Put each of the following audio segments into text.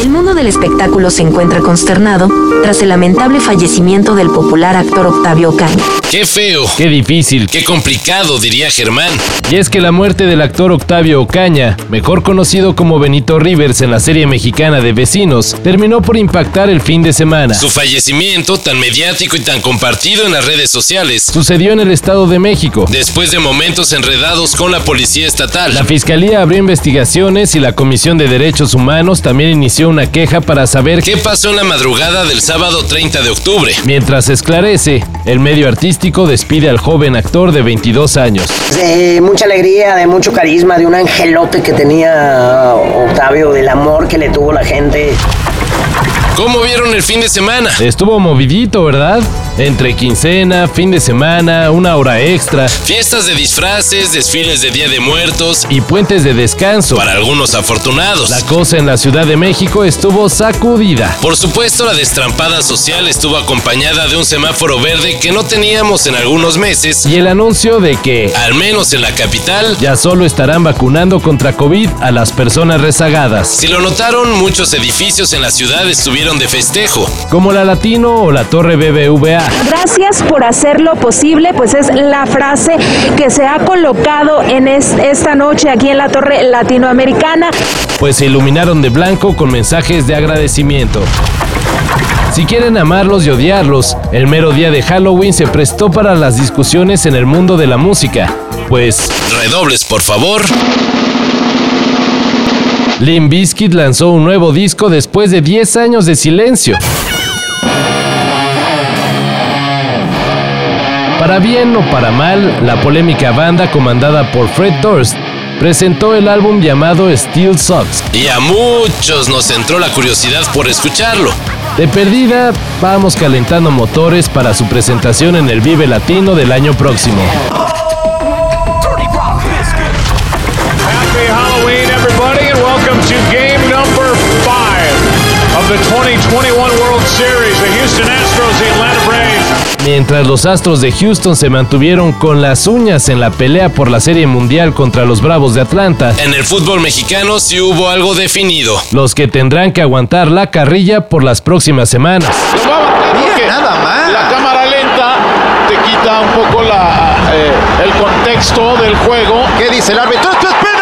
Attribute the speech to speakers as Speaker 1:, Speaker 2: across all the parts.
Speaker 1: El mundo del espectáculo se encuentra consternado tras el lamentable fallecimiento del popular actor Octavio Ocaña.
Speaker 2: Qué feo,
Speaker 3: Qué difícil.
Speaker 2: qué complicado, diría Germán.
Speaker 3: Y es que la muerte del actor Octavio Ocaña, mejor conocido como Benito Rivers en la serie mexicana de Vecinos, terminó por impactar el fin de semana.
Speaker 2: Su fallecimiento, tan mediático y tan compartido en las redes sociales,
Speaker 3: Sucedió en el Estado de México.
Speaker 2: después de momentos enredados con la policía estatal.
Speaker 3: La Fiscalía abrió investigaciones y la Comisión de Derechos Humanos también inició una queja para saber
Speaker 2: ¿Qué pasó en la madrugada del sábado 30 de octubre?
Speaker 3: Mientras se esclarece, el medio artístico despide al joven actor de 22 años.
Speaker 4: de mucha alegría, de mucho carisma, de un angelote que tenía Octavio, del amor que le tuvo la gente.
Speaker 2: ¿Cómo vieron el fin de semana?
Speaker 3: Estuvo movidito, ¿verdad? Entre quincena, fin de semana, una hora extra
Speaker 2: Fiestas de disfraces, desfiles de Día de Muertos y
Speaker 3: y puentes de descanso.
Speaker 2: para algunos afortunados.
Speaker 3: La cosa en la Ciudad de México estuvo sacudida.
Speaker 2: Por supuesto, la destrampada social estuvo acompañada de un semáforo verde que no teníamos en algunos meses,
Speaker 3: Y el anuncio de que
Speaker 2: al menos en la capital.
Speaker 3: ya solo estarán vacunando contra COVID a las personas rezagadas,
Speaker 2: Si lo notaron, muchos edificios en la ciudad estuvieron de festejo.
Speaker 3: como la Latino o la Torre BBVA.
Speaker 5: Gracias por hacerlo posible, pues es la frase que se ha colocado en es- esta noche aquí en la Torre Latinoamericana.
Speaker 3: pues se iluminaron de blanco con mensajes de agradecimiento. Si quieren amarlos y odiarlos, el mero día de Halloween se prestó para las discusiones en el mundo de la música, pues
Speaker 2: Redobles, por favor.
Speaker 3: Limp Bizkit lanzó un nuevo disco después de 10 años de silencio. Para bien o para mal, la polémica banda comandada por Fred Durst presentó el álbum llamado Steel Socks,
Speaker 2: Y a muchos nos entró la curiosidad por escucharlo.
Speaker 3: De perdida, vamos calentando motores para su presentación en el Vive Latino del año próximo.
Speaker 6: Happy Halloween, everybody, and welcome to game number five of the 2021 World Series. The Houston Astros, the Atlanta Braves.
Speaker 3: Mientras los Astros de Houston se mantuvieron con las uñas en la pelea por la Serie Mundial contra los Bravos de Atlanta,
Speaker 2: En el fútbol mexicano sí hubo algo definido.
Speaker 3: los que tendrán que aguantar la carrilla por las próximas semanas.
Speaker 7: Lo va a matar porque La cámara lenta te quita un poco la, eh, el contexto del juego. ¿Qué dice el árbitro? ¡Esto es penalti!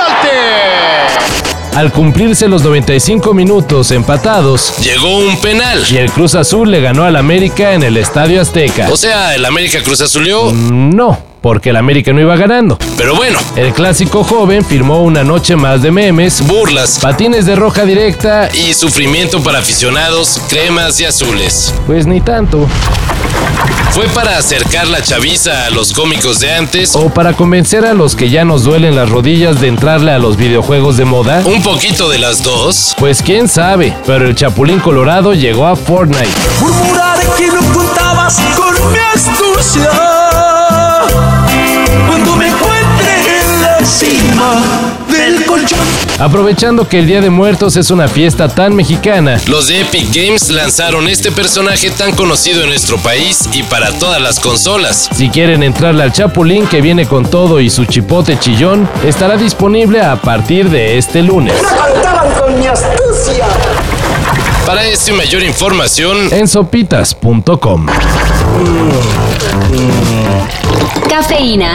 Speaker 3: Al cumplirse los 95 minutos empatados,
Speaker 2: Llegó un penal.
Speaker 3: y el Cruz Azul le ganó al América en el Estadio Azteca. Mm,
Speaker 2: O sea, el América Cruz Azulió.
Speaker 3: No, porque el América no iba ganando.
Speaker 2: Pero bueno,
Speaker 3: El clásico joven firmó una noche más de memes,
Speaker 2: burlas
Speaker 3: patines de roja directa
Speaker 2: y sufrimiento para aficionados, cremas y azules.
Speaker 3: Pues ni tanto.
Speaker 2: ¿Fue para acercar la chaviza a los cómicos de antes?
Speaker 3: O para convencer a los que ya nos duelen las rodillas de entrarle a los videojuegos de moda.
Speaker 2: ¿Un poquito de las dos?
Speaker 3: Pues quién sabe, pero el Chapulín Colorado llegó a Fortnite.
Speaker 8: murmurar que no contabas con mi astucia. Cuando me encuentre en la cima del colchón.
Speaker 3: Aprovechando que el Día de Muertos es una fiesta tan mexicana,
Speaker 2: Los de Epic Games lanzaron este personaje tan conocido en nuestro país y para todas las consolas.
Speaker 3: si quieren entrarle al Chapulín que viene con todo y su chipote chillón, estará disponible a partir de este lunes.
Speaker 8: Contaban con mi astucia.
Speaker 2: Para esta y mayor información,
Speaker 3: En sopitas.com.
Speaker 9: Cafeína.